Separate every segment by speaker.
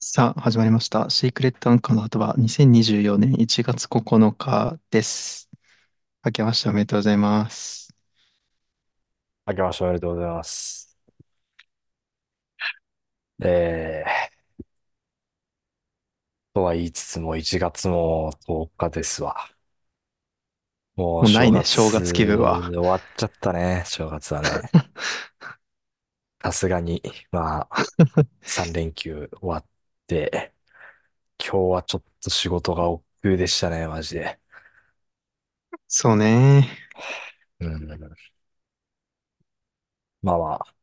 Speaker 1: さあ、始まりました。シークレットアンカーの後は2024年1月9日です。明けましておめでとうございます。
Speaker 2: 明けましておめでとうございます。えー、とは言いつつも1月も10日ですわ。も
Speaker 1: もう
Speaker 2: う
Speaker 1: な
Speaker 2: 正
Speaker 1: いね、正
Speaker 2: 月
Speaker 1: 月気分は。
Speaker 2: 終わっちゃったね、正月 はね。さすがに、ま あ、3連休終わって、今日はちょっと仕事が億劫でしたね、マジで。
Speaker 1: そうね。
Speaker 2: うん。まあまあ、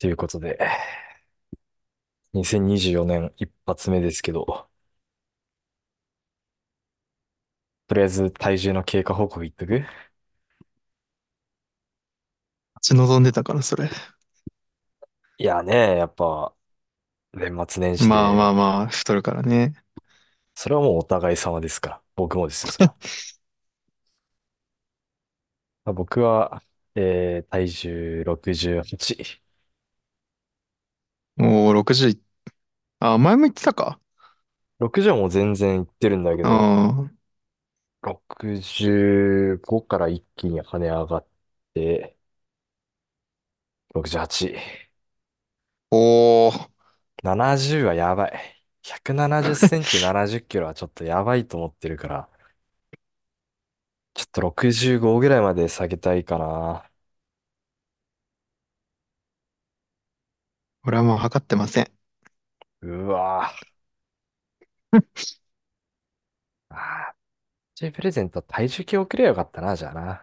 Speaker 2: ということで、2024年一発目ですけど、とりあえず体重の経過報告いっとく
Speaker 1: 待ち望んでたから、それ。
Speaker 2: いやね、やっぱ、年末年始
Speaker 1: まあま
Speaker 2: で、
Speaker 1: あまあ、太るからね。
Speaker 2: それはもうお互い様ですから。僕もですよ、それは。まあ僕は、えー、体重68。
Speaker 1: もう60、あ、前も言ってたか。
Speaker 2: 60はもう全然いってるんだけど、
Speaker 1: ああ、
Speaker 2: 65から一気に跳ね上がって、68。
Speaker 1: おー、
Speaker 2: 70はやばい。170センチ70キロはちょっとやばいと思ってるから、ちょっと65ぐらいまで下げたいかな。
Speaker 1: 俺はもう測ってません。
Speaker 2: うわぁ。あー誕生日プレゼント体重計送ればよかったな、じゃあな。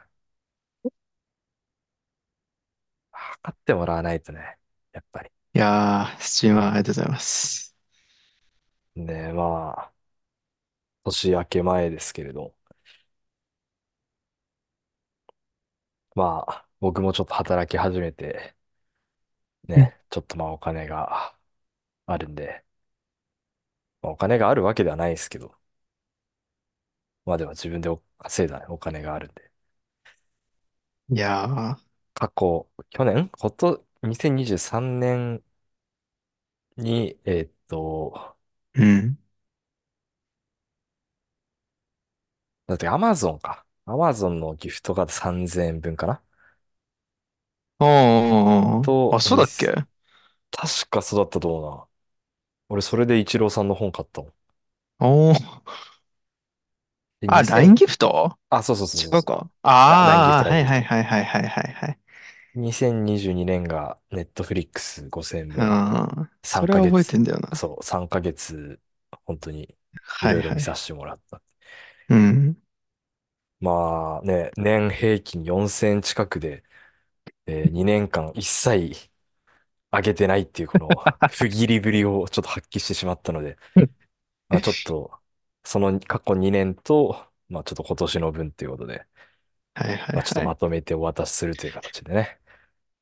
Speaker 2: 測ってもらわないとね。やっぱり。
Speaker 1: いやー、スチーマーありがとうございます。
Speaker 2: ねえ、まあ、年明け前ですけれど、まあ、僕もちょっと働き始めて、
Speaker 1: うん
Speaker 2: ね、ちょっとまあお金があるんで、まあ、お金があるわけではないですけど、まあでも自分でお稼いだ、ね、お金があるんで、
Speaker 1: いやー、
Speaker 2: 過去、去年、こと、2023年に、えーっと、
Speaker 1: うん。
Speaker 2: だってアマゾンか。アマゾンのギフトが3000円分かな
Speaker 1: あー、あ、
Speaker 2: と、
Speaker 1: そう
Speaker 2: に
Speaker 1: だっけ
Speaker 2: 確かそうだったと思うな。俺それでイチローさんの本買ったもん。
Speaker 1: おー、
Speaker 2: で、
Speaker 1: あ、LINE
Speaker 2: 2000、
Speaker 1: ギフト
Speaker 2: あ、そうそうそうそ
Speaker 1: 違う
Speaker 2: うそう。
Speaker 1: か。
Speaker 2: あ、LINE ギフ
Speaker 1: あーあー、はい
Speaker 2: ト、LINE ギフ
Speaker 1: はい
Speaker 2: ト。
Speaker 1: はいはいはいはいはい。
Speaker 2: 2022年がネットフリックス5000
Speaker 1: う
Speaker 2: 分、
Speaker 1: ん。そ
Speaker 2: 3
Speaker 1: れは
Speaker 2: ヶ
Speaker 1: 覚えて
Speaker 2: 月、
Speaker 1: んだよな。
Speaker 2: そう、3ヶ月、本当にい
Speaker 1: はい
Speaker 2: ろいろ
Speaker 1: は
Speaker 2: 見さ
Speaker 1: い。
Speaker 2: せてもらった。
Speaker 1: うん。
Speaker 2: まあね、年平均4000円近くで、えー、2年間一切上げてないっていう この不義理ぶりをちょっと発揮してしまったので、まあちょっと、その過去2年と、まあちょっと今年の分ということで、
Speaker 1: はいはい
Speaker 2: まあちょっと
Speaker 1: は
Speaker 2: ま
Speaker 1: い。
Speaker 2: とめてお渡しするという形でね、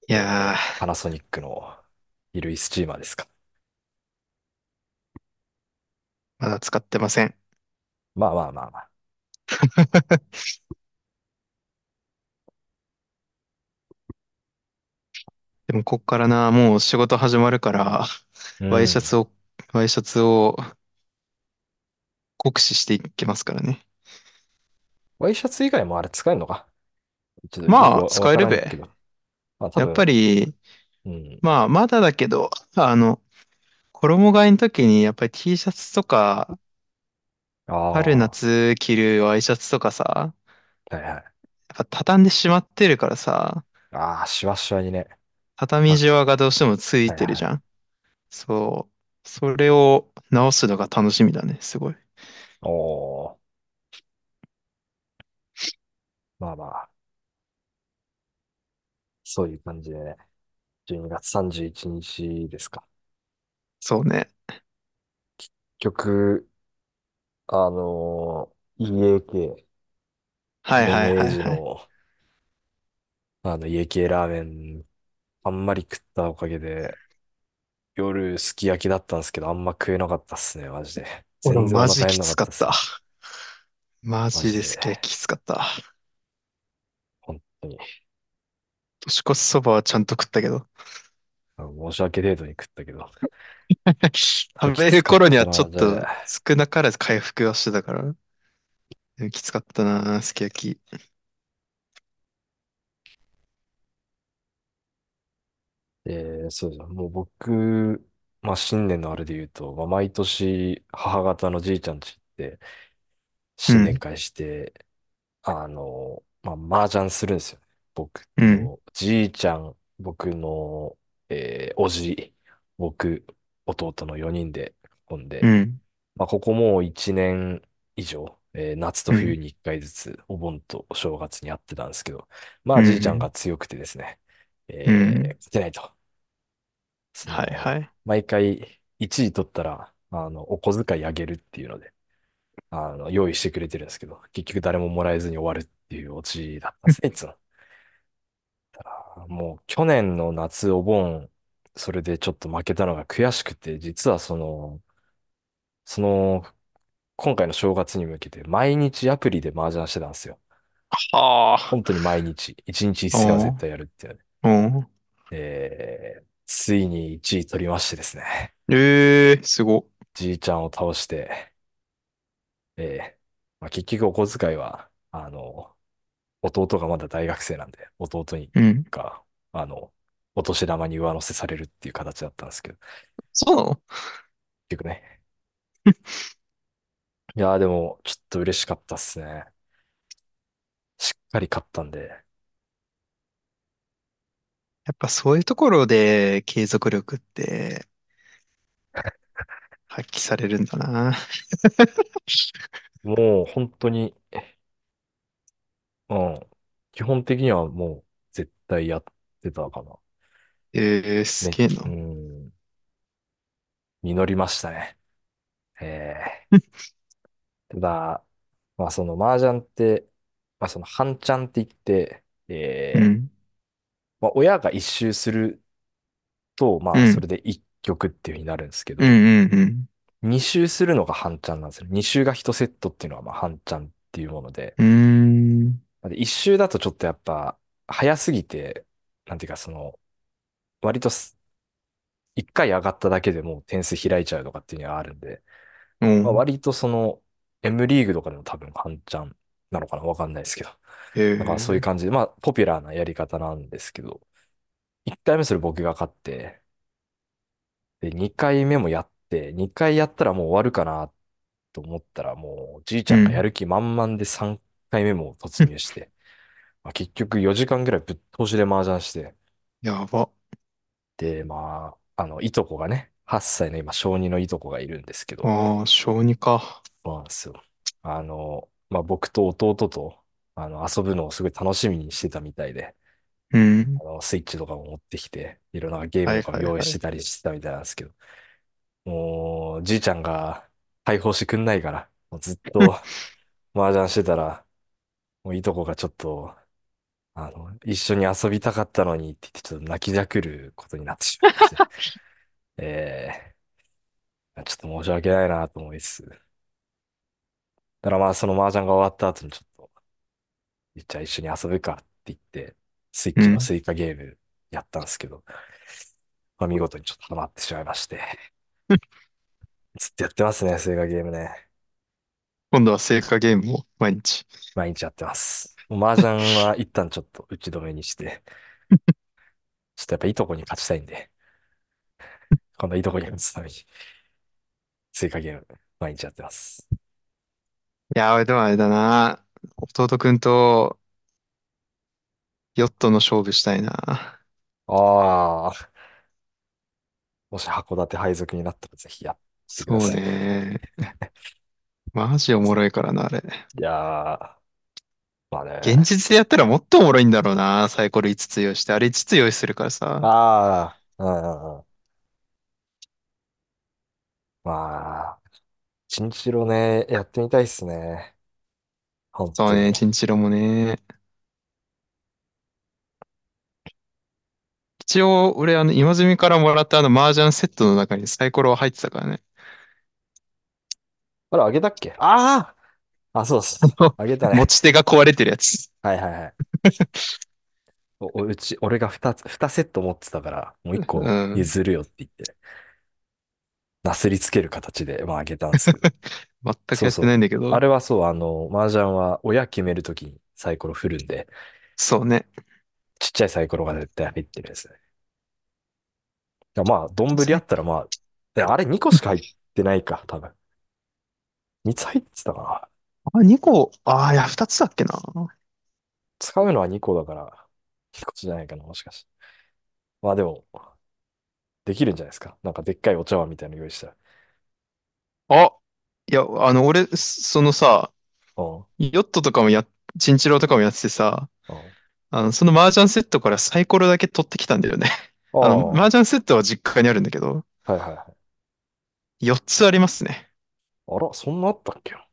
Speaker 1: いや
Speaker 2: えーパ
Speaker 1: ー、
Speaker 2: ナソニックの衣類スチーマーですか。
Speaker 1: まだ使ってません。
Speaker 2: まあまあまあまあ。
Speaker 1: でもこっからな、もう仕事始まるから、
Speaker 2: う
Speaker 1: ワイシャ
Speaker 2: ん。
Speaker 1: ツを、ワイシャツを酷使していきますからね。
Speaker 2: ワイシャツ以外もあれ使えるのかちょっとよく
Speaker 1: まあ、
Speaker 2: わわ
Speaker 1: 使え
Speaker 2: か
Speaker 1: る
Speaker 2: らん
Speaker 1: べ。
Speaker 2: けど。まあ多
Speaker 1: やっぱ
Speaker 2: 分、
Speaker 1: り、
Speaker 2: うん。
Speaker 1: まあ、まだだけど、あの、衣替えの時にやっぱり T シャツとか、春
Speaker 2: ああ、
Speaker 1: 夏着るワイシャツとかさ、
Speaker 2: はいはい。
Speaker 1: やっぱ畳んでしまってるからさ、
Speaker 2: ああ、しわしわにね。
Speaker 1: 畳
Speaker 2: わ
Speaker 1: じ
Speaker 2: か
Speaker 1: わがどうしてもつい
Speaker 2: はい
Speaker 1: てる
Speaker 2: は
Speaker 1: じ
Speaker 2: い。
Speaker 1: ゃん。そう。それを直すのが楽しみだね、すごい。
Speaker 2: おー、まあまあ、そういう感じでね。12月31日ですか。
Speaker 1: そうね。
Speaker 2: 結局、あのー、EAK、
Speaker 1: はい
Speaker 2: ベ
Speaker 1: はい
Speaker 2: ネー
Speaker 1: はい
Speaker 2: ジ
Speaker 1: はい。
Speaker 2: の、あの、家系ラーメン、あんまり食ったおかげで、夜、すき焼きだったんですけど、あんま食えなかったっすね、マジで。
Speaker 1: 俺
Speaker 2: 全然お
Speaker 1: マジ
Speaker 2: 腹やん
Speaker 1: き
Speaker 2: なか
Speaker 1: つ
Speaker 2: っ
Speaker 1: か
Speaker 2: た
Speaker 1: っ
Speaker 2: っ
Speaker 1: た。
Speaker 2: すね。
Speaker 1: マ
Speaker 2: マ
Speaker 1: ジ
Speaker 2: ジ
Speaker 1: で
Speaker 2: で、
Speaker 1: すき焼ききつかった。
Speaker 2: 本当に。
Speaker 1: 年越しそばはちゃんと食ったけど。
Speaker 2: あの申し訳程度に食ったけど、ちょっと
Speaker 1: 食
Speaker 2: き
Speaker 1: べ
Speaker 2: つ
Speaker 1: る
Speaker 2: かっ
Speaker 1: 頃に
Speaker 2: た
Speaker 1: はちょ
Speaker 2: な、
Speaker 1: っ
Speaker 2: じゃ
Speaker 1: と
Speaker 2: あ。
Speaker 1: 少なからず回復はしてたから、でもきつかったな、すき焼き。
Speaker 2: えー、そうじゃん。もう僕、まあ、新年のあれで言うと、まあ、毎年、母方のじいちゃん家行って、
Speaker 1: う
Speaker 2: 新年
Speaker 1: ん、
Speaker 2: 会して、あの、まあ、麻雀するんですよね。僕
Speaker 1: うん、
Speaker 2: と、じいちゃん、僕の、えー、おじ、僕、弟の4人で、ほん
Speaker 1: う
Speaker 2: で、
Speaker 1: ん、
Speaker 2: まあ、ここもう1年以上、えー夏と
Speaker 1: う
Speaker 2: 冬
Speaker 1: ん、
Speaker 2: に1回ずつ、お盆とお正月にやってたんですけど、ま
Speaker 1: う
Speaker 2: あ、じいちゃんが
Speaker 1: ん、
Speaker 2: 強くてですね、
Speaker 1: う
Speaker 2: えー、
Speaker 1: ん。
Speaker 2: 勝てないと。そ
Speaker 1: はい
Speaker 2: の、
Speaker 1: はい。
Speaker 2: 毎回1位取ったら、あの、お小遣いあげるっていうので、あの、用意してくれてるんですけど、結局誰ももらえずに終わるっていうオチだったんですね、いつも。ただもう去年の夏お盆、それでちょっと負けたのが悔しくて、実はその、その、今回の正月に向けて毎日アプリで麻雀してたんですよ。
Speaker 1: はあ。
Speaker 2: 本当に毎日、1日1戦は
Speaker 1: お
Speaker 2: 絶
Speaker 1: う、
Speaker 2: 対やるっていうので。
Speaker 1: おう。
Speaker 2: えー、ついに1位取りましてですね、
Speaker 1: ええー、すご。
Speaker 2: じいちゃんを倒して、ええ、まあ、結局お小遣いは、あの、弟がまだ大学生なんで、弟に
Speaker 1: うん。
Speaker 2: が、あの、お年玉に上乗せされるっていう形だったんですけど、
Speaker 1: そうなの
Speaker 2: 結局ね。いやーでも、ちょっと嬉しかったっすね。しっかり勝ったんで。
Speaker 1: やっぱそういうところで継続力って発揮されるんだな。
Speaker 2: もう本当に、うん、基本的にはもう絶対やってたかな。
Speaker 1: ええー、す
Speaker 2: ね、
Speaker 1: げえ
Speaker 2: う
Speaker 1: な。
Speaker 2: ん、実りましたね。ええ。 ただ、まあその麻雀って、まあその半チャンって言って、
Speaker 1: う
Speaker 2: えー
Speaker 1: ん、
Speaker 2: まあ親が一周すると、
Speaker 1: う
Speaker 2: まあそれ
Speaker 1: ん、
Speaker 2: で一曲っていう風になるんですけ
Speaker 1: う
Speaker 2: ど、
Speaker 1: ん、うん、うん。
Speaker 2: 二周するのが半チャンなんですよ。二周が一セットっていうのはまあ半チャンっていうもので、
Speaker 1: うーん、
Speaker 2: なんで一周だとちょっとやっぱ早すぎて、なんていうかその、割とす一回上がっただけでもう点数開いちゃうとかっていうのはあるんで、まあ、
Speaker 1: おう、
Speaker 2: 割とその、M リーグとかでも多分半チャンなのかなわかんないですけど。
Speaker 1: え
Speaker 2: だからそういう
Speaker 1: えー、
Speaker 2: 感じで、まあ、ポピュラーなやり方なんですけど、1回目それ僕が勝って、で、2回目もやって、2回やったらもう終わるかなと思ったら、もうじいうちゃんがや
Speaker 1: ん。
Speaker 2: る気満々で3回目も突入して、 まあ、結局4時間ぐらいぶっ通しで麻雀して、
Speaker 1: やば。
Speaker 2: で、まあ、あの、いとこがね、8歳の今、小2のいとこがいるんですけど、
Speaker 1: ああ、小児か。
Speaker 2: そうなんですよ。あの、まあ、僕と弟と、あの、遊ぶのをすごい楽しみにしてたみたいで、
Speaker 1: うん。
Speaker 2: あの、スイッチとかも持ってきて、いろんなゲーム
Speaker 1: は
Speaker 2: と
Speaker 1: い
Speaker 2: かを
Speaker 1: はい
Speaker 2: 用意
Speaker 1: は
Speaker 2: して
Speaker 1: い。
Speaker 2: たりしてたみたいなんですけど、もう、じいちゃんが解放してくんないから、もうずっ と麻雀してたら、もういとこがちょっと、あの、一緒に遊びたかったのにって言って、ちょっと泣きじゃくることになってしまいまして、えー、ちょっと申し訳ないなと思いつつ、ただまあ、その麻雀が終わった後にちょっと、じゃあ一緒に遊ぶかって言って、スイッ
Speaker 1: う
Speaker 2: チの
Speaker 1: ん。
Speaker 2: スイカゲームやったんですけど、まあ、見事にちょっとハマってしまいま して、ずっとやってますね、スイカゲームね。
Speaker 1: 今度は成果ゲームを毎日。
Speaker 2: 毎日やってます。もう麻雀は一旦ちょっと打ち止めにして、 ちょっとやっぱいいとこに勝ちたいんで、今度はいいとこに勝つために、スイカゲーム、毎日やってます。
Speaker 1: いやー、でもあれだな。弟くんとヨットの勝負したいな。
Speaker 2: ああ、もし函館配属になったらぜひやってくだ
Speaker 1: そう
Speaker 2: さい。
Speaker 1: ね。マジおもろいからな、あれ。
Speaker 2: いやー、まあ
Speaker 1: 現
Speaker 2: ね。
Speaker 1: 実でやったらもっとおもろいんだろうな。サイコロ5つ用意して、あれ5つ用意するからさ。
Speaker 2: ああ、うんうんうん。まあ、チンチロね、やってみたいっすね。本
Speaker 1: そう
Speaker 2: 当に。
Speaker 1: ね、チンチロもね。一応、俺、あの、今住からもらったあの、麻雀セットの中にサイコロは入ってたからね。
Speaker 2: あれ、あげたっけあ あー、あ、そうっす。
Speaker 1: あの
Speaker 2: あげた
Speaker 1: 持
Speaker 2: ね。
Speaker 1: ち手が壊れてるやつ。
Speaker 2: はいはいはい。お、うち、俺が2つ、2セット持ってたから、もう1
Speaker 1: う
Speaker 2: 個
Speaker 1: ん。
Speaker 2: 譲るよって言って、なすりつける形で、まあ、あげたんですけど。
Speaker 1: 全く
Speaker 2: そう
Speaker 1: やっ
Speaker 2: そ
Speaker 1: てな
Speaker 2: う。
Speaker 1: いんだけ
Speaker 2: あ
Speaker 1: ど、
Speaker 2: れはそう、あの、麻雀は親決めるときにサイコロ振るんで、
Speaker 1: そうね。
Speaker 2: ちっちゃいサイコロが絶対入ってるやつね。だからまあ、丼
Speaker 1: さ
Speaker 2: あ
Speaker 1: い
Speaker 2: ったらまあ、えあれ2個しか入ってないか、多分。3つ入ってたかな。
Speaker 1: あ、2個、ああ、いや、2つだっけな。
Speaker 2: 使うのは2個だから、1個じゃないかな、もしかして。まあでも、できるんじゃないですか。なんかでっかいお茶碗みたいなの用意したら。
Speaker 1: あ、いや、あの、俺、そのさ、
Speaker 2: うん、
Speaker 1: ヨットとかもや、チンチロとかもやっててさ、
Speaker 2: うん。
Speaker 1: あの、その麻雀セットからサイコロだけ取ってきたんだよね。
Speaker 2: あ
Speaker 1: あの、
Speaker 2: あ、
Speaker 1: 麻
Speaker 2: は
Speaker 1: 雀セットは実家にあるんだけど、
Speaker 2: いはいはい。
Speaker 1: 4つありますね。
Speaker 2: あら、そんなあったっけな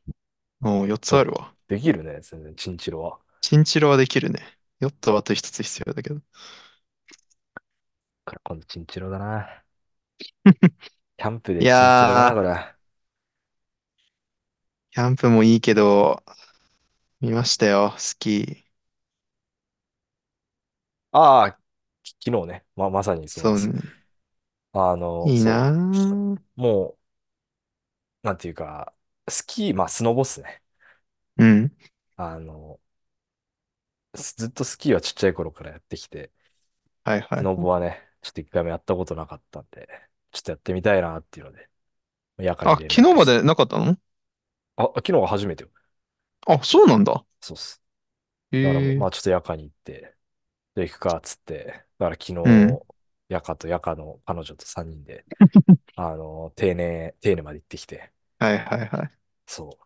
Speaker 1: もう4つ
Speaker 2: じゃ
Speaker 1: あ
Speaker 2: あ、
Speaker 1: るわ。
Speaker 2: できるね、全然、チンチロは。
Speaker 1: チンチロはできるね。ヨットはあと1つ必要だけど。
Speaker 2: これ今度チンチロだ な。キャンプ
Speaker 1: い
Speaker 2: でチンチロだな、
Speaker 1: や
Speaker 2: こ
Speaker 1: ー、
Speaker 2: れは。
Speaker 1: キャンプもいいけど、見ましたよ、スキー。
Speaker 2: ああ、き昨日ね。ま、まさにそう
Speaker 1: そ
Speaker 2: で
Speaker 1: う
Speaker 2: す。
Speaker 1: ね。
Speaker 2: あの、
Speaker 1: いい
Speaker 2: そ
Speaker 1: な
Speaker 2: う。
Speaker 1: ー。
Speaker 2: もう、なんていうか、スキー、まあ、スノボっすね。
Speaker 1: うん。
Speaker 2: あの、すずっとスキーはちっちゃい頃からやってきて、
Speaker 1: はいは
Speaker 2: ス
Speaker 1: い
Speaker 2: ノ
Speaker 1: は
Speaker 2: ボ
Speaker 1: い。
Speaker 2: はね、ちょっと一回もやったことなかったんで、ちょっとやってみたいなっていうので、夜間
Speaker 1: あ、
Speaker 2: に連
Speaker 1: 昨日
Speaker 2: 絡
Speaker 1: ま
Speaker 2: して。
Speaker 1: でなかったの
Speaker 2: あ、昨日が初めてよ。
Speaker 1: あ、そうなんだ。
Speaker 2: そうっす。だからもう、
Speaker 1: へ
Speaker 2: ま
Speaker 1: え。
Speaker 2: あ、ちょっと夜間に行って、で、行くかっつって、だから昨
Speaker 1: うん。
Speaker 2: 日、夜間と夜間の彼女と3人で、 あの、定年、定年まで行ってきて、
Speaker 1: はいはいはい。
Speaker 2: そう、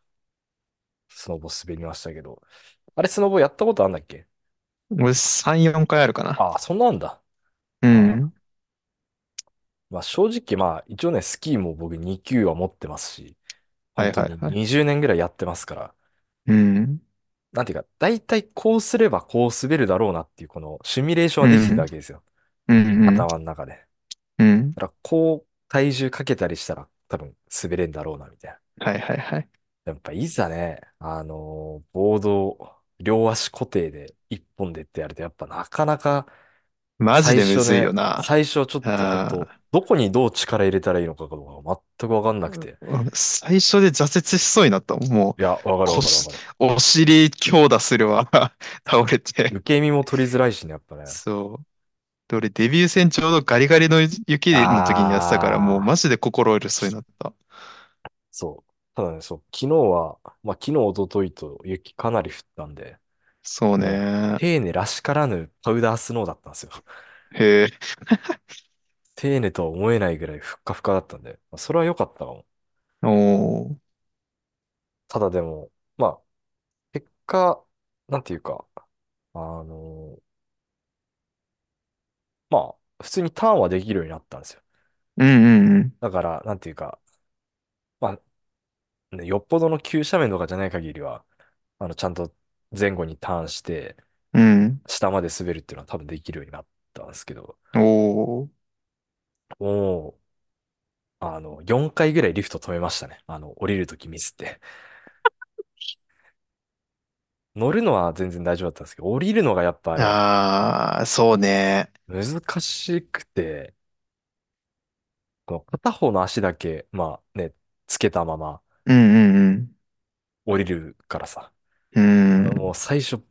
Speaker 2: スノボ滑りましたけど、あれ、スノボやったことあんだっけ
Speaker 1: 俺3、4回あるかな。
Speaker 2: ああ、そんなんだ。
Speaker 1: う
Speaker 2: ああ
Speaker 1: ん。
Speaker 2: まあ正直まあ一応ね、スキーも僕2級は持ってますし、
Speaker 1: は
Speaker 2: 本
Speaker 1: い
Speaker 2: 当
Speaker 1: はい
Speaker 2: に
Speaker 1: はい。
Speaker 2: 20年ぐらいやってますから、
Speaker 1: うん。
Speaker 2: なんていうか、大体こうすればこう滑るだろうなっていうこのシミュレーショ
Speaker 1: う
Speaker 2: ンはできてた
Speaker 1: ん。
Speaker 2: わけですよ。
Speaker 1: うん
Speaker 2: 頭の中で。
Speaker 1: うん。うん。
Speaker 2: だからこう体重かけたりしたら多分滑れんだろうなみたいな。
Speaker 1: はいはいはい。
Speaker 2: やっぱいざね、あのーボードを両足固定で一本でってやるとやっぱなかなか
Speaker 1: マジ
Speaker 2: 最
Speaker 1: でむ
Speaker 2: 初
Speaker 1: ずい
Speaker 2: ね、
Speaker 1: よな。
Speaker 2: 最初ちょっと本
Speaker 1: あ
Speaker 2: 当どこにどう力入れたらいいのかとか全くわかんなく
Speaker 1: ー
Speaker 2: て。
Speaker 1: うん最初で挫折しそうになったもん。も
Speaker 2: いや、わか
Speaker 1: う、
Speaker 2: るわ
Speaker 1: こ
Speaker 2: かるわ
Speaker 1: す、
Speaker 2: かる。
Speaker 1: お尻強打するわ。 倒れて。
Speaker 2: 受け身も取りづらいしね、やっぱね。
Speaker 1: そう。で、俺デビュー戦ちょうどガリガリの雪の時にやってたから、もう
Speaker 2: あ
Speaker 1: マ
Speaker 2: ー、
Speaker 1: ジで心折れそうになった。
Speaker 2: そう。ただね、そう、昨日は、まあ昨日、一昨日と雪かなり降ったんで、
Speaker 1: そう
Speaker 2: もう、
Speaker 1: ね。
Speaker 2: 丁寧らしからぬパウダースノーだったんですよ。
Speaker 1: へえ。
Speaker 2: 丁寧とは思えないぐらいふっかふかだったんで、まあそれは良かったかも。
Speaker 1: おー。
Speaker 2: ただでも、まあ、結果、なんていうか、あのーまあ、普通にターンはできるようになったんですよ。
Speaker 1: うんうんうん。
Speaker 2: だから、なんていうか、まあ、ね、よっぽどの急斜面とかじゃない限りは、あの、ちゃんと前後にターンして、
Speaker 1: うん。
Speaker 2: 下まで滑るっていうのは多分できるようになったんですけど、
Speaker 1: おー。
Speaker 2: もう、あの、4回ぐらいリフト止めましたね。あの、降りるときミスって。乗るのは全然大丈夫だったんですけど、降りるのがやっぱあれ、
Speaker 1: あー、そうね。
Speaker 2: 難しくて、この片方の足だけ、まあね、つけたまま
Speaker 1: うんうん
Speaker 2: 降りるからさ、
Speaker 1: うん。う。
Speaker 2: もうん最初、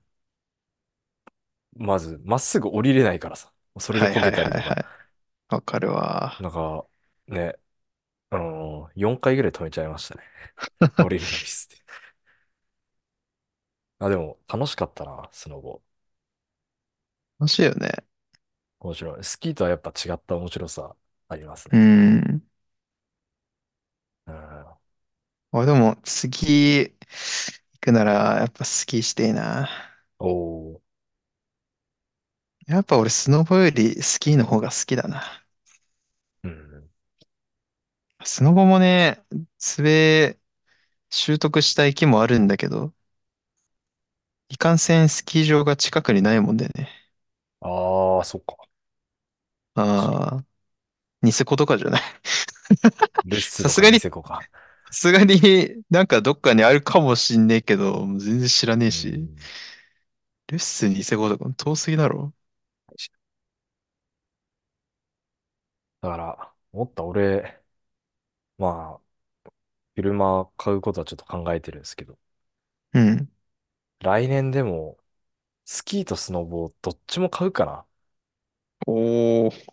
Speaker 2: まず、まっすぐ降りれないからさ、それで
Speaker 1: はい
Speaker 2: こ
Speaker 1: は
Speaker 2: け
Speaker 1: い
Speaker 2: たり
Speaker 1: はい
Speaker 2: と
Speaker 1: は
Speaker 2: か、
Speaker 1: い。わかるわ。
Speaker 2: なんか、ね、あの4回ぐらい止めちゃいま したね。降りるのミスって。あ、でも、楽しかったな、スノボ。
Speaker 1: 楽しいよね。
Speaker 2: 面白い。スキーとはやっぱ違った面白さあります
Speaker 1: う
Speaker 2: ね。
Speaker 1: ん。
Speaker 2: うん。
Speaker 1: あ、でも、次、行くなら、やっぱスキーしていいな。
Speaker 2: おー。
Speaker 1: やっぱ俺、スノボよりスキーの方が好きだな。
Speaker 2: うん。
Speaker 1: スノボもね、滑、習得したい気もあるんだけど、いかんせんスキー場が近くにないもんでね。
Speaker 2: ああ、そっか。確かに。
Speaker 1: ああ、ニセコとかじゃない。
Speaker 2: ルッス
Speaker 1: さ
Speaker 2: と
Speaker 1: す
Speaker 2: か
Speaker 1: が
Speaker 2: ニ
Speaker 1: に、
Speaker 2: セコか。
Speaker 1: さすがになんかどっかにあるかもしんねえけど、もう全然知らねえ
Speaker 2: う
Speaker 1: し。
Speaker 2: ん。
Speaker 1: ルッスニセコとか遠すぎだろ。
Speaker 2: だから、もっと俺、まあ、車買うことはちょっと考えてるんですけど、
Speaker 1: うん。
Speaker 2: 来年でも、スキーとスノボどっちも買うかな。
Speaker 1: おー。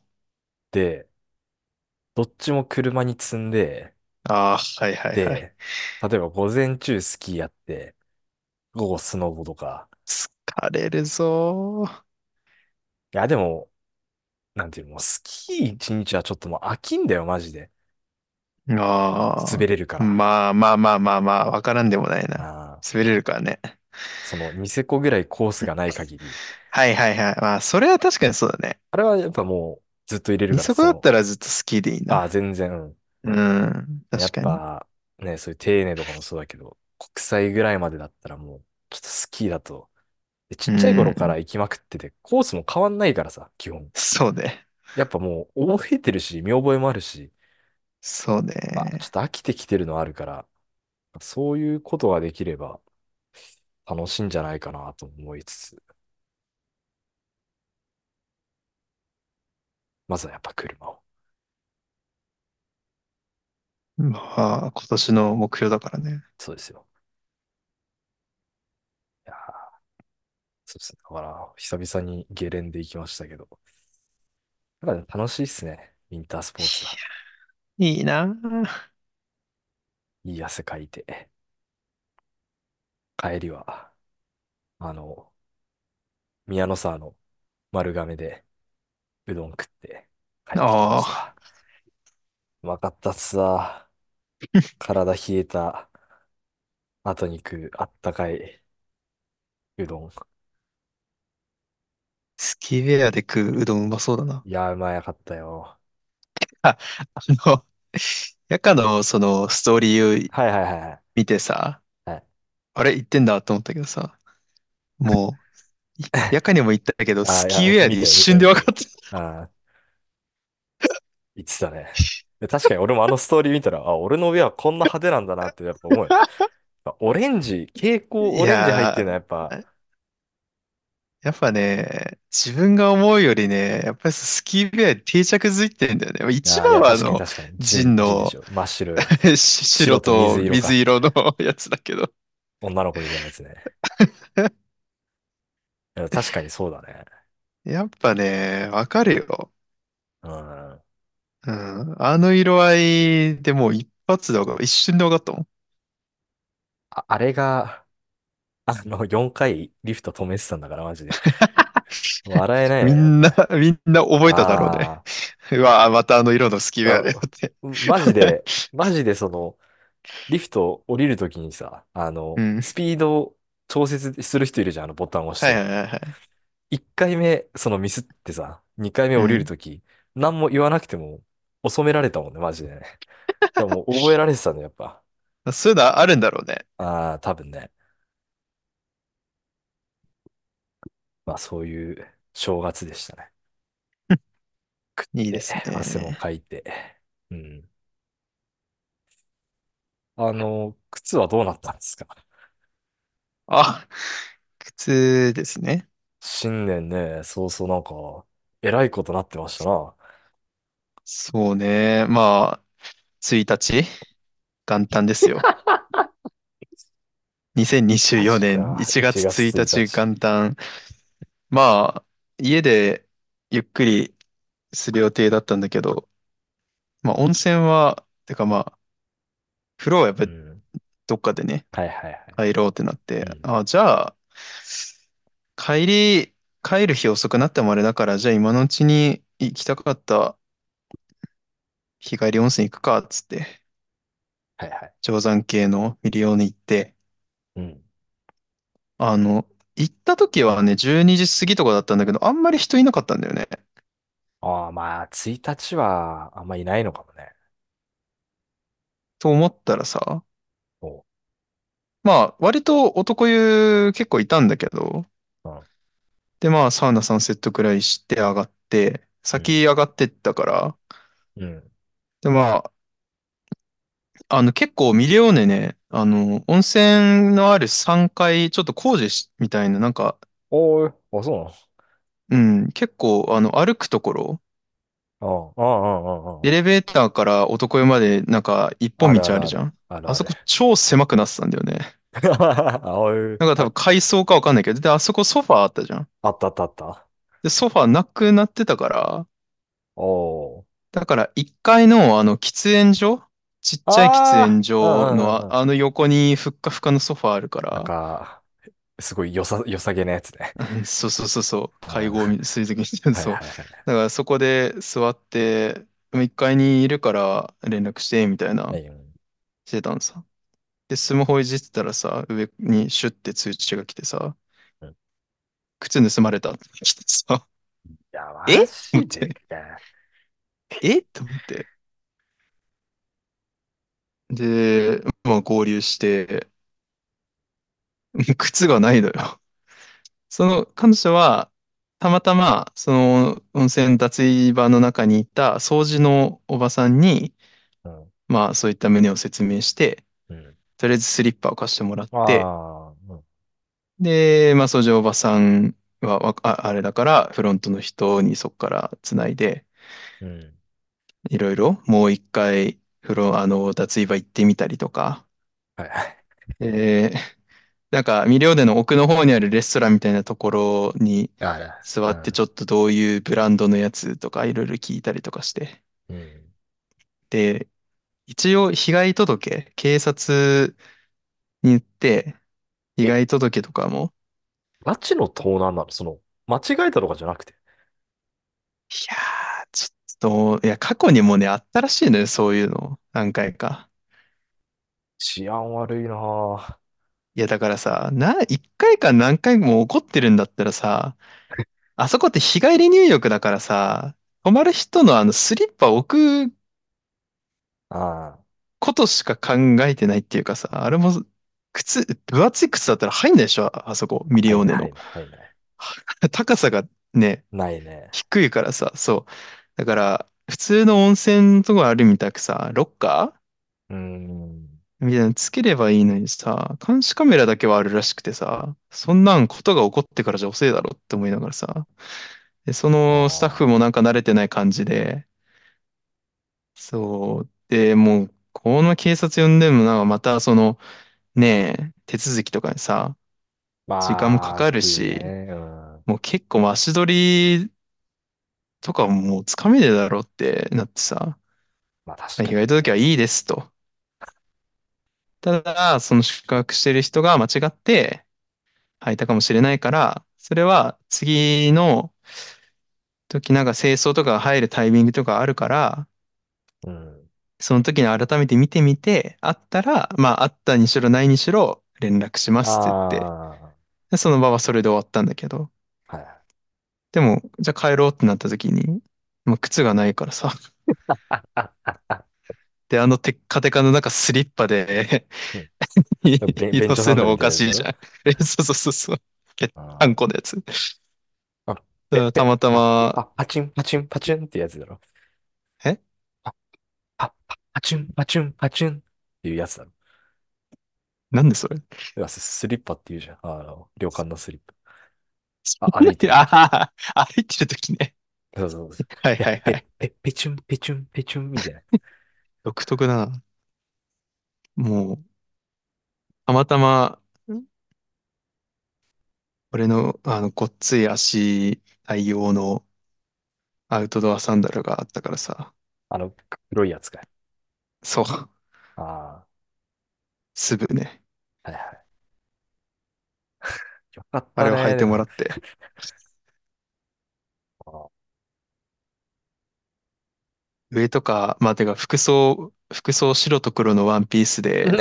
Speaker 2: で、どっちも車に積んで、
Speaker 1: ああ、はいはいはい。
Speaker 2: で、例えば午前中スキーやって、午後スノボとか。
Speaker 1: 疲れるぞー。
Speaker 2: いや、でも、なんていうの、もうスキー一日はちょっともう飽きんだよ、マジで。滑
Speaker 1: あ
Speaker 2: れるか
Speaker 1: あ、
Speaker 2: ら。
Speaker 1: まあまあまあまあまあ、わからんでもないな。
Speaker 2: あー
Speaker 1: 滑れるからね。
Speaker 2: その、ニセコぐらいコースがない限り、
Speaker 1: はいはいはい。まあ、それは確かにそうだね。
Speaker 2: あれはやっぱもうずっと入れる
Speaker 1: 二
Speaker 2: から、
Speaker 1: 足だ
Speaker 2: そ
Speaker 1: っ
Speaker 2: の、
Speaker 1: たらずっとスキーでいい
Speaker 2: ああ、
Speaker 1: な。
Speaker 2: 全然、う
Speaker 1: う
Speaker 2: ん
Speaker 1: ん、
Speaker 2: や
Speaker 1: 確
Speaker 2: っ
Speaker 1: かに。
Speaker 2: ぱ、ね、そういう丁寧とかもそうだけど、国際ぐらいまでだったらもう、ちょっとスキーだと、でち
Speaker 1: う
Speaker 2: っちゃい頃から
Speaker 1: ん、
Speaker 2: 行きまくってて、コースも変わんないからさ、基本。
Speaker 1: そうね。
Speaker 2: やっぱもう、覚えてるし、見覚えもあるし、
Speaker 1: そう
Speaker 2: まあ、ちょ
Speaker 1: ね。
Speaker 2: っと飽きてきてるのはあるから、そういうことができれば楽しいんじゃないかなと思いつつ、まずはやっぱ車を。
Speaker 1: まあ、今年の目標だからね。
Speaker 2: そうですよ。いやーそうですね。だから、久々にゲレンデ行きましたけど、やっぱ楽しいっすね。ウィンタースポーツは。
Speaker 1: いいなあ。
Speaker 2: いい汗かいて。帰りは、あの、宮の沢の丸亀でうどん食って帰ってきま
Speaker 1: あ
Speaker 2: し
Speaker 1: あ、
Speaker 2: た。うまかったっすわ。体冷えた後に食うあったかいうどん。
Speaker 1: スキーウェアで食ううどんうまそうだな。
Speaker 2: いやー、うまかったよ。
Speaker 1: あ、あの、やかのそのストーリーを
Speaker 2: はいはいはいはい。
Speaker 1: 見てさ、
Speaker 2: はい
Speaker 1: あれ行ってんだと思ったけどさ、もう、 いやかにも言ったけど、
Speaker 2: あ
Speaker 1: ス
Speaker 2: ー、い
Speaker 1: キー
Speaker 2: や、
Speaker 1: ウェア
Speaker 2: 見
Speaker 1: で一
Speaker 2: て、見て、
Speaker 1: 瞬で
Speaker 2: 見
Speaker 1: 分か
Speaker 2: て。
Speaker 1: った。
Speaker 2: あー、言ってたね。で確かに俺もあのストーリー見たら、あ、俺の上はこんな派手なんだなってやっぱ思うよね。やっぱオレンジ、蛍光
Speaker 1: い
Speaker 2: オレンジ入
Speaker 1: や
Speaker 2: ってるのはやっぱ、
Speaker 1: ー、やっぱね、自分が思うよりね、やっぱりスキーウェアに定着づいてんだよね。一
Speaker 2: あーい
Speaker 1: 番
Speaker 2: や、
Speaker 1: はあ
Speaker 2: 確かに
Speaker 1: の、
Speaker 2: 確かに。ジン、
Speaker 1: ジン
Speaker 2: ジンで
Speaker 1: の
Speaker 2: しょ。真っ白、 白
Speaker 1: 白
Speaker 2: と
Speaker 1: と
Speaker 2: 水色
Speaker 1: 水
Speaker 2: か。
Speaker 1: 色のやつだけど。
Speaker 2: 女の子みたいなやつね。いや確かにそうだね。
Speaker 1: やっぱね、わかるよ。
Speaker 2: うん。
Speaker 1: うん。あの色合いでもう一発でわかる。一瞬でわかったもん。
Speaker 2: あ、あれが、あの、4回リフト止めてたんだから、マジで。笑えない
Speaker 1: み
Speaker 2: よね、やっ
Speaker 1: んな、
Speaker 2: ぱ。
Speaker 1: みんな覚えただろうね。
Speaker 2: あ
Speaker 1: うわぁ、またあの色のスキーウェアだよ
Speaker 2: あ、
Speaker 1: って。
Speaker 2: うん、マ ジで、マジでその、リフト降りるときにさ、あ
Speaker 1: う
Speaker 2: の、
Speaker 1: ん。
Speaker 2: スピード調節する人いるじゃん、あのボタンを押し
Speaker 1: はいは
Speaker 2: て。
Speaker 1: いはいはい。
Speaker 2: 1回目、そのミスってさ、2回目
Speaker 1: う
Speaker 2: 降りる
Speaker 1: ん。
Speaker 2: とき、何も言わなくても、収められたもんね、マジでね。だからもう覚えられてたね、やっぱ。
Speaker 1: そういうのあるんだろうね。
Speaker 2: ああ、多分ね。まあそういう正月でしたね。食っ
Speaker 1: いいで
Speaker 2: て、
Speaker 1: す
Speaker 2: 汗も
Speaker 1: ね。
Speaker 2: かいて。うん。あの、靴はどうなったんですか
Speaker 1: あ、靴ですね。
Speaker 2: 新年ね、そうそうなんか、えらいことなってましたな。
Speaker 1: そうね。まあ、1日、元旦です よ。2024
Speaker 2: マジ
Speaker 1: 年
Speaker 2: か。
Speaker 1: 1
Speaker 2: 1
Speaker 1: 月
Speaker 2: 月
Speaker 1: 1
Speaker 2: 1
Speaker 1: 日、
Speaker 2: 日。
Speaker 1: 元旦。まあ、家でゆっくりする予定だったんだけど、まあ、温泉は、てかまあ、風呂はやっ
Speaker 2: う
Speaker 1: ぱり
Speaker 2: ん。
Speaker 1: どっかでね、
Speaker 2: はいはいはい。
Speaker 1: 入ろうってなっ
Speaker 2: う
Speaker 1: て、
Speaker 2: ん。
Speaker 1: あ、じゃあ、帰り、帰る日遅くなってもあれだから、じゃあ今のうちに行きたかった日帰り温泉行くか、っつって、
Speaker 2: はいはい。
Speaker 1: 定山系のミリオに行って、
Speaker 2: うん。
Speaker 1: あの、行った時はね、12時過ぎとかだったんだけど、あんまり人いなかったんだよね。
Speaker 2: ああ、まあ、1日はあんまいないのかもね。
Speaker 1: と思ったらさ、
Speaker 2: おう。
Speaker 1: まあ、割と男湯結構いたんだけど、
Speaker 2: うん。
Speaker 1: で、まあ、サウナ3セットくらいして上がって、
Speaker 2: うん。
Speaker 1: 先上がってったから、
Speaker 2: うん。
Speaker 1: で、まあ、あの、結構ミリオーネね、あの、温泉のある3階、ちょっと工事しみたいな、なんか、
Speaker 2: おー、あ、そうなの
Speaker 1: うん、結構、あの、歩くところ、
Speaker 2: うん、うん、うん、うんうん。
Speaker 1: エレベーターから男湯までなんか一
Speaker 2: あ
Speaker 1: 本
Speaker 2: るあ
Speaker 1: 道あ
Speaker 2: る
Speaker 1: る
Speaker 2: あ
Speaker 1: じ
Speaker 2: る。
Speaker 1: ゃん。
Speaker 2: ある
Speaker 1: あ
Speaker 2: あ
Speaker 1: そ
Speaker 2: る。
Speaker 1: こ超狭くなってたんだよね。
Speaker 2: あおい
Speaker 1: なんか多
Speaker 2: あ、
Speaker 1: 分階層かわかんないけど、で、あそこソファーあったじゃん。
Speaker 2: あったあったあった。
Speaker 1: で、ソファーなくなってたから、
Speaker 2: おー。
Speaker 1: だから1階のあの喫煙所、ちっちゃい喫
Speaker 2: あ
Speaker 1: 煙
Speaker 2: あ、う
Speaker 1: 所
Speaker 2: ん、う
Speaker 1: の
Speaker 2: ん、うん
Speaker 1: あ、
Speaker 2: うん。
Speaker 1: あの横にふっかふかのソファーあるか
Speaker 2: なん
Speaker 1: ら、
Speaker 2: か、すごい良さ、良さげなやつね。
Speaker 1: うん そうそうそうそう、
Speaker 2: うん
Speaker 1: 会
Speaker 2: は
Speaker 1: 合み水族にしてる、
Speaker 2: いは い
Speaker 1: そう。
Speaker 2: はい。
Speaker 1: だからそこで座って、1階にいるから連絡して、みたい
Speaker 2: は
Speaker 1: な、
Speaker 2: いうん
Speaker 1: してたのさ。で、スマホいじってたらさ、上にシュッて通知が来てさ、
Speaker 2: うんい
Speaker 1: 靴盗まれたって来てさ、
Speaker 2: や、
Speaker 1: え
Speaker 2: マ
Speaker 1: と思っ
Speaker 2: ジで
Speaker 1: て、
Speaker 2: か。
Speaker 1: え と思って。で、まあ合流して、 靴がないのよ。その彼女は、たまたま、その温泉脱衣場の中にいた掃除のおばさんに、
Speaker 2: うん、
Speaker 1: まあそういった旨を説明して、
Speaker 2: うん。
Speaker 1: とりあえずスリッパを貸してもらっ
Speaker 2: あ
Speaker 1: て、
Speaker 2: あ、うん、
Speaker 1: で、まあ掃除おばさんはわあ、あれだから、フロントの人にそこからつないで、
Speaker 2: うん。
Speaker 1: いろいろもう一回、フロ、あの、脱衣場行ってみたりとか、
Speaker 2: はいはい。
Speaker 1: えーなんか未料での奥の方にあるレストランみたいなところに
Speaker 2: あら、
Speaker 1: 座
Speaker 2: う
Speaker 1: ってち
Speaker 2: ん、
Speaker 1: ょっとどういうブランドのやつとかいろいろ聞いたりとかして。
Speaker 2: うん。
Speaker 1: で、一応被害届、警察に言って被
Speaker 2: え、
Speaker 1: 害届とかも、
Speaker 2: ガチの盗難なのその、間違えたとかじゃなくて。
Speaker 1: いやー、ちょっと、いや、過去にもね、あったらしいのよ、そういうの。何回か。
Speaker 2: 治安悪いなぁ。
Speaker 1: いや、だからさ、な、一回か何回も怒ってるんだったらさ、あそこって日帰り入浴だからさ、泊まる人のあのスリッパ置く
Speaker 2: ああ、
Speaker 1: ことしか考えてないっていうかさ、あれも、靴、分厚い靴だったら入んないでしょ、ああそこ、ミリ
Speaker 2: 入
Speaker 1: オ
Speaker 2: ん
Speaker 1: ーネ
Speaker 2: ない、
Speaker 1: の。
Speaker 2: 入んない。
Speaker 1: 高さがね、
Speaker 2: ないね。
Speaker 1: 低いからさ、そう。だから、普通の温泉のとこあるみたくさ、ロッカ
Speaker 2: うー
Speaker 1: ー
Speaker 2: ん。
Speaker 1: みたいなのつければいいのにさ、監視カメラだけはあるらしくてさ、そんなんことが起こってからじゃ遅いだろって思いながらさ、で、そのスタッフ
Speaker 2: あ
Speaker 1: もなんか慣れてない感じで、そう。で、もう、この警察呼んでもなんかまたその、ねえ、手続きとかにさ、
Speaker 2: あ、
Speaker 1: 時間もか
Speaker 2: まあ、
Speaker 1: かる
Speaker 2: 食う
Speaker 1: し、
Speaker 2: ね。うん。
Speaker 1: もう結構足取りとかももうつかめねえだろってなってさ、
Speaker 2: ま
Speaker 1: ま
Speaker 2: あ、確
Speaker 1: あ
Speaker 2: か
Speaker 1: 被
Speaker 2: に
Speaker 1: 害届
Speaker 2: ね。
Speaker 1: はいいですと。ただ、その宿泊してる人が間違って履いたかもしれないから、それは次の時なんか清掃とかが入るタイミングとかあるから、
Speaker 2: うん。
Speaker 1: その時に改めて見てみて、あったら、まああったにしろないにしろ連絡しますって言って、
Speaker 2: あ
Speaker 1: でその場はそれで終わったんだけど、
Speaker 2: あ、はい。
Speaker 1: でも、じゃあ帰ろうってなった時に、まあ、靴がないからさ、
Speaker 2: ああああ
Speaker 1: で、あのテッカテカの中スリッパで
Speaker 2: うん。べ
Speaker 1: 移
Speaker 2: 便
Speaker 1: 動す
Speaker 2: 所
Speaker 1: る
Speaker 2: サンダ
Speaker 1: のは
Speaker 2: ルみ
Speaker 1: おか
Speaker 2: たいなやつ
Speaker 1: し
Speaker 2: で
Speaker 1: い
Speaker 2: し
Speaker 1: じゃ
Speaker 2: ょ
Speaker 1: ん。えそうそうそうそう。ぺった
Speaker 2: あ
Speaker 1: んこのやつ。
Speaker 2: あ。あ、
Speaker 1: だ
Speaker 2: え、
Speaker 1: からた
Speaker 2: え、
Speaker 1: また
Speaker 2: パ、
Speaker 1: ま、
Speaker 2: パ、パチン、パチン、パチンってやつだろ。
Speaker 1: え
Speaker 2: パ、パ、パパチン、パチン、パチンっていうやつだろ。
Speaker 1: なんでそれ
Speaker 2: いやススリッパっていうじゃん。あの、旅館のスリッパ。
Speaker 1: そ
Speaker 2: あ、
Speaker 1: ん
Speaker 2: 歩
Speaker 1: ない
Speaker 2: て
Speaker 1: に、
Speaker 2: る時。
Speaker 1: ああ、歩いてる時ね。
Speaker 2: そうそうそう。
Speaker 1: はい
Speaker 2: いや、
Speaker 1: はいは
Speaker 2: ぺ、
Speaker 1: い。
Speaker 2: ぺ、ぺちゅん、ぺちゅん、ぺちゅんみたいな。
Speaker 1: 独特だな。もう、たまたま、俺の、あの、ごっつい足対応のアウトドアサンダルがあったからさ、
Speaker 2: あの、黒いやつか。
Speaker 1: そう、
Speaker 2: あ
Speaker 1: すぐね、
Speaker 2: あ、はいはい。 よか
Speaker 1: あ
Speaker 2: った
Speaker 1: れを履
Speaker 2: ね、
Speaker 1: い
Speaker 2: で
Speaker 1: ても
Speaker 2: も。
Speaker 1: らって。
Speaker 2: あ
Speaker 1: 上とか、まあ、てか服装、服装白と黒のワンピースで、
Speaker 2: ー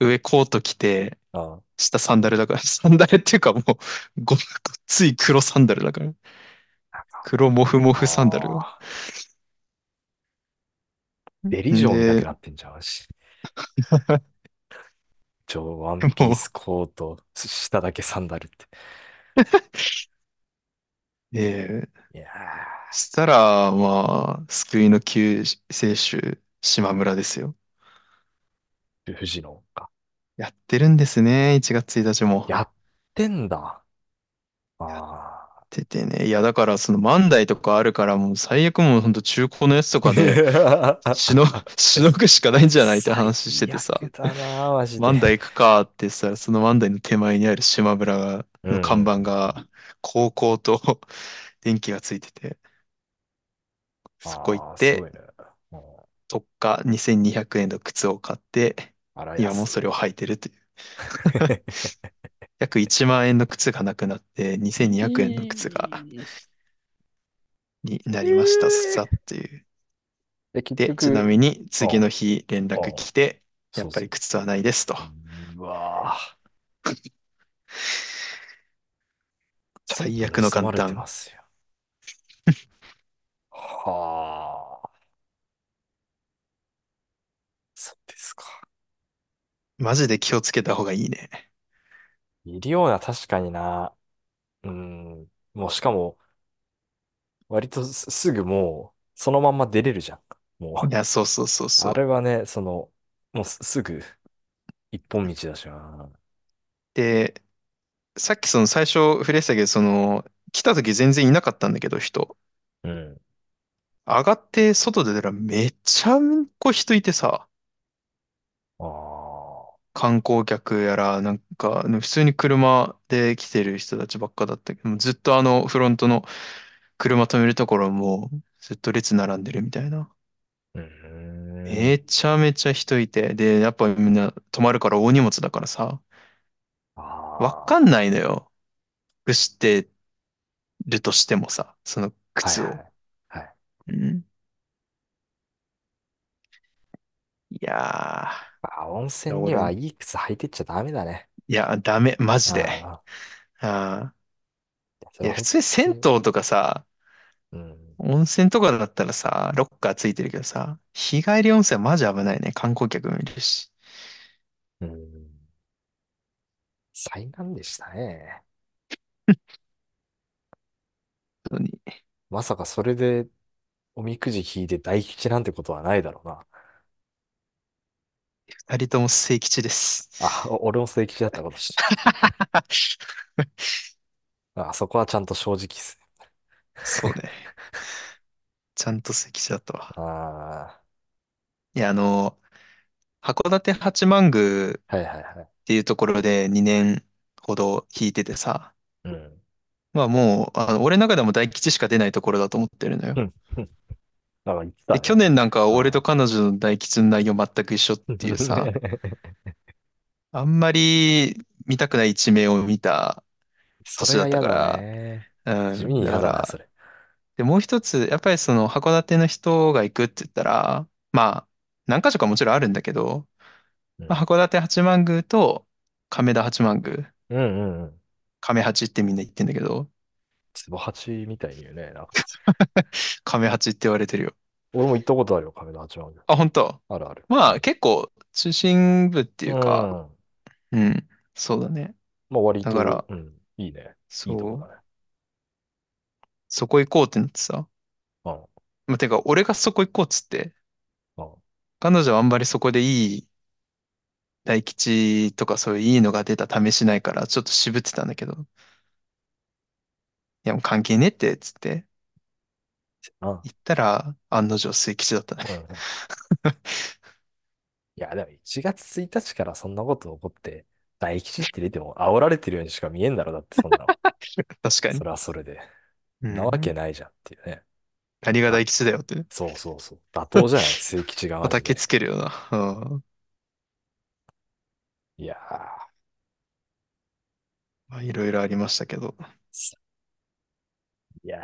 Speaker 1: 上コート着て、
Speaker 2: あ
Speaker 1: 下サンダルだから、 サンダルっていうかもう、ご、ごっつい黒サンダルだから、黒モフモフサンダルを。
Speaker 2: あー、ベリジョーみたく
Speaker 1: で、
Speaker 2: なってんじゃ ん、し。ジョー、ワンピー
Speaker 1: も
Speaker 2: ス、コート、し下だけサンダルって。
Speaker 1: う、えー
Speaker 2: いや
Speaker 1: したら、まあ、救いの救世主、島村ですよ。
Speaker 2: ー、藤野か。
Speaker 1: やってるんですね、1月1日も。
Speaker 2: やってんだ。あ
Speaker 1: やっ
Speaker 2: あ。
Speaker 1: ててね。いや、だからその万代とかあるからもう最悪もうほんと中古のやつとか でしの、しのぐしかないんじゃないって
Speaker 2: 最
Speaker 1: 話しててさ。
Speaker 2: 悪だな、マジ
Speaker 1: 万
Speaker 2: で。
Speaker 1: 代行くかってさ、その万代の手前にある島村が
Speaker 2: う
Speaker 1: の
Speaker 2: んう
Speaker 1: 看
Speaker 2: ん。
Speaker 1: 板が、高校と 電気がついてて、そこ行っ
Speaker 2: ああ、す
Speaker 1: て、
Speaker 2: ごいね。うん、
Speaker 1: 特価2200円の靴を買って、
Speaker 2: あら、
Speaker 1: 今も
Speaker 2: 安
Speaker 1: うそ
Speaker 2: い。
Speaker 1: れを履いてるという。約1万円の靴がなくなって、2200円の靴が、
Speaker 2: ええ
Speaker 1: になりました、
Speaker 2: え
Speaker 1: さ
Speaker 2: え
Speaker 1: っていう。
Speaker 2: で、結
Speaker 1: で、ちな
Speaker 2: 局、
Speaker 1: みに
Speaker 2: あ
Speaker 1: 次
Speaker 2: あ、
Speaker 1: の日連
Speaker 2: あ
Speaker 1: 絡
Speaker 2: あ、
Speaker 1: 来て、や
Speaker 2: そ
Speaker 1: っ
Speaker 2: う
Speaker 1: ぱ
Speaker 2: そ
Speaker 1: り
Speaker 2: う。
Speaker 1: 靴はないですと。
Speaker 2: うわあ、 ちゃん
Speaker 1: 最
Speaker 2: と
Speaker 1: 悪の
Speaker 2: 盗
Speaker 1: 元
Speaker 2: まれて
Speaker 1: 旦。
Speaker 2: ますよ。はあ、そうですか。
Speaker 1: マジで気をつけた方がいいね。
Speaker 2: いるような、確かにな。うん、もうしかも、割とす、すぐもう、そのまんま出れるじゃん。も、
Speaker 1: いうや、そうそうそうそ
Speaker 2: あ
Speaker 1: う。
Speaker 2: れはね、その、もうす、すぐ、一本道だしな。
Speaker 1: で、さっきその最初触れてたけど、その、来た時全然いなかったんだけど、人。
Speaker 2: うん。
Speaker 1: 上がって外出たらめちゃめちゃ人いてさ、
Speaker 2: ああ、
Speaker 1: 観光客やら、なんか、普通に車で来てる人たちばっかだったけど、ずっとあのフロントの車止めるところもずっと列並んでるみたいな。
Speaker 2: うん。
Speaker 1: めちゃめちゃ人いて、で、やっぱみんな泊まるから大荷物だからさ、わ
Speaker 2: ああ、
Speaker 1: かんないのよ。隠してるとしてもさ、その
Speaker 2: はい
Speaker 1: 靴
Speaker 2: は
Speaker 1: を。
Speaker 2: い。はい
Speaker 1: うんいや
Speaker 2: あ、温泉
Speaker 1: ー、
Speaker 2: に
Speaker 1: 俺
Speaker 2: は
Speaker 1: も、
Speaker 2: いい靴履いてっちゃダメだね。
Speaker 1: いや、ダメ、マジで。
Speaker 2: ああ、
Speaker 1: あ
Speaker 2: そ
Speaker 1: ーい
Speaker 2: れ
Speaker 1: や、
Speaker 2: は
Speaker 1: 普
Speaker 2: 本
Speaker 1: 通に銭
Speaker 2: 当
Speaker 1: 湯
Speaker 2: に、
Speaker 1: とかさ、
Speaker 2: うん。
Speaker 1: 温泉とかだったらさ、ロッカーついてるけどさ、日帰り温泉はマジ危ないね。観光客もいるし。
Speaker 2: うん。災難でしたね。
Speaker 1: 本当に。
Speaker 2: まさかそれでおみくじ引いて大吉なんてことはないだろうな。
Speaker 1: 二人とも清吉です。
Speaker 2: あ、お俺も正吉だったことし。あ、そこはちゃんと正直っすね。
Speaker 1: そうね。ちゃんと清吉だったわ。
Speaker 2: あ
Speaker 1: いや、あの、函館八幡宮っ
Speaker 2: あ、はいはいはい。
Speaker 1: ていうところで2年ほど弾いててさ、
Speaker 2: うん。
Speaker 1: まあもう、あの俺の中でも大吉しか出ないところだと思ってるの
Speaker 2: う
Speaker 1: よ。
Speaker 2: ん。うんあ、言ってた
Speaker 1: で、去
Speaker 2: ね。
Speaker 1: 年なんか俺と
Speaker 2: あ
Speaker 1: 彼女の大吉の内容全く一緒っていうさ、
Speaker 2: あ。
Speaker 1: あんまり見たくない一面を見た
Speaker 2: それ
Speaker 1: 年だ
Speaker 2: は
Speaker 1: ったか
Speaker 2: 嫌だね。
Speaker 1: ら、う
Speaker 2: 地味
Speaker 1: ん、
Speaker 2: に
Speaker 1: だ
Speaker 2: 嫌
Speaker 1: か
Speaker 2: だな、そ
Speaker 1: ら、
Speaker 2: れ。
Speaker 1: で、もう一つ、やっぱりその函館の人が行くって言ったら、まあ、何箇所かもちろんあるんだけど、ま
Speaker 2: うん。
Speaker 1: あ、函館八幡宮と亀田八幡宮、
Speaker 2: うんうんうん。
Speaker 1: 亀八ってみんな言ってんだけど、
Speaker 2: つぼ八みたいに言うね。なんか。
Speaker 1: 亀八って言われてるよ。
Speaker 2: 俺も行ったことあるよ、亀田八幡宮。
Speaker 1: あ、本当。
Speaker 2: あるある。。
Speaker 1: まあ、結構中心部っていううんか、
Speaker 2: ま
Speaker 1: うん、そうだね。
Speaker 2: あ割
Speaker 1: だか
Speaker 2: と、
Speaker 1: ら、
Speaker 2: うん、いいね。いいとこ
Speaker 1: そ
Speaker 2: だ
Speaker 1: う、
Speaker 2: ね。
Speaker 1: そこ行こうってなってさ、
Speaker 2: うん。
Speaker 1: まあ、てか、俺がそこ行こうっつって、
Speaker 2: うん。
Speaker 1: 彼女はあんまりそこでいい大吉とかそういういいのが出た試しないから、ちょっと渋ってたんだけど、いや、もう関係ねえって、つって、
Speaker 2: あ
Speaker 1: 行ったら、案の定末吉だったね。
Speaker 2: うん。いや、でも1月1日からそんなこと起こって、大吉って出ても煽られてるようにしか見えんだろ、だってそんなの。
Speaker 1: 確か
Speaker 2: そ
Speaker 1: に。
Speaker 2: れはそれで。
Speaker 1: う
Speaker 2: なわけ
Speaker 1: ん。
Speaker 2: ないじゃんっていうね。
Speaker 1: 何が
Speaker 2: だ、
Speaker 1: 大吉だよって。
Speaker 2: そうそうそう。妥当じゃない末 吉がマジ
Speaker 1: 叩き
Speaker 2: で。
Speaker 1: つけるよな。うん。
Speaker 2: いやー、
Speaker 1: まあ、いろいろありましたけど。
Speaker 2: すいやー、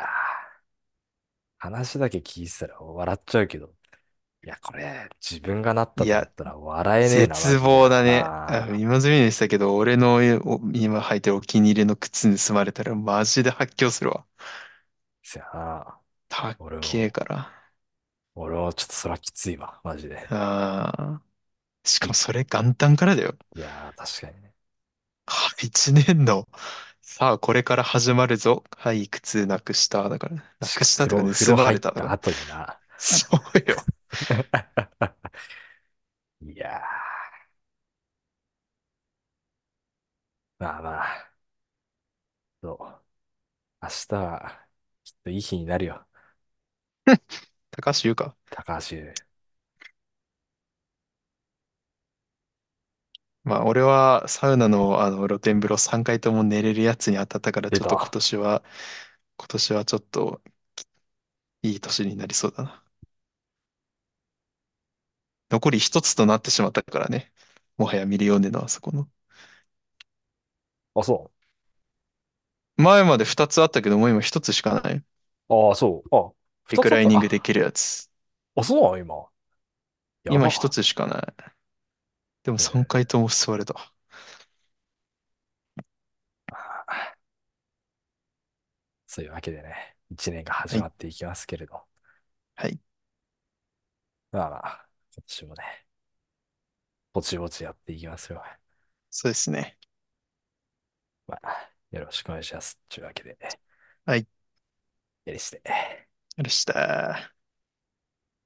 Speaker 2: 話だけ聞いてたら笑っちゃうけど。いや、これ、自分がなった
Speaker 1: い
Speaker 2: と思っ
Speaker 1: や、
Speaker 2: たら笑えねえな、マ
Speaker 1: 絶
Speaker 2: ジで。
Speaker 1: 望だね。あ
Speaker 2: あ
Speaker 1: 今済みでしたけど、俺のお今履いてるお気に入りの靴盗まれたらマジで発狂するわ。
Speaker 2: ー、せやな。
Speaker 1: たっ
Speaker 2: 俺
Speaker 1: けえ
Speaker 2: も、
Speaker 1: から。
Speaker 2: 俺もちょっとそらきついわ、マジで。
Speaker 1: あーしか
Speaker 2: い、
Speaker 1: もそれ元旦からだよ。
Speaker 2: いやー、確かにね。
Speaker 1: は一年の、さあこれから始まるぞ。はい、靴なくした。だから、な
Speaker 2: し
Speaker 1: く
Speaker 2: かも
Speaker 1: した
Speaker 2: 風
Speaker 1: とか
Speaker 2: 呂、
Speaker 1: ね、
Speaker 2: 風
Speaker 1: 盗
Speaker 2: 呂
Speaker 1: ま
Speaker 2: 入っ
Speaker 1: れたと
Speaker 2: た
Speaker 1: か。
Speaker 2: 後にな。
Speaker 1: そうよ。
Speaker 2: いやー、まあまあ、そう。明日日は、きっといい日になるよ。
Speaker 1: 高橋優か。
Speaker 2: 高橋優。
Speaker 1: まあ、俺はサウナのあの露天風呂3回とも寝れるやつに当たったから、
Speaker 2: 出
Speaker 1: ちょっと今
Speaker 2: た。
Speaker 1: 年は、今年はちょっといい年になりそうだな。残り一つとなってしまったからね。もはやミリオネのあそこの。
Speaker 2: あ、そ
Speaker 1: 前まで二つあったけど、もう今一つしかない。
Speaker 2: う。ああ、そう。あ、
Speaker 1: リ
Speaker 2: 二
Speaker 1: ク
Speaker 2: つあっ
Speaker 1: ライ
Speaker 2: た。
Speaker 1: ニングで
Speaker 2: あ、
Speaker 1: きるやつ。
Speaker 2: あ、そうなの今。や
Speaker 1: 今
Speaker 2: ば。
Speaker 1: 一つしかない。でも3
Speaker 2: え
Speaker 1: 回とも座れた。
Speaker 2: ーそういうわけでね、一年が
Speaker 1: は
Speaker 2: 始ま
Speaker 1: い。
Speaker 2: っていきますけれど。
Speaker 1: はい。
Speaker 2: まあまあ、今年もね、ぼちぼちやっていきますよ。
Speaker 1: そうですね。
Speaker 2: まあ、よろしくお願いします。というわけで、
Speaker 1: はい。
Speaker 2: やりして。
Speaker 1: よろした。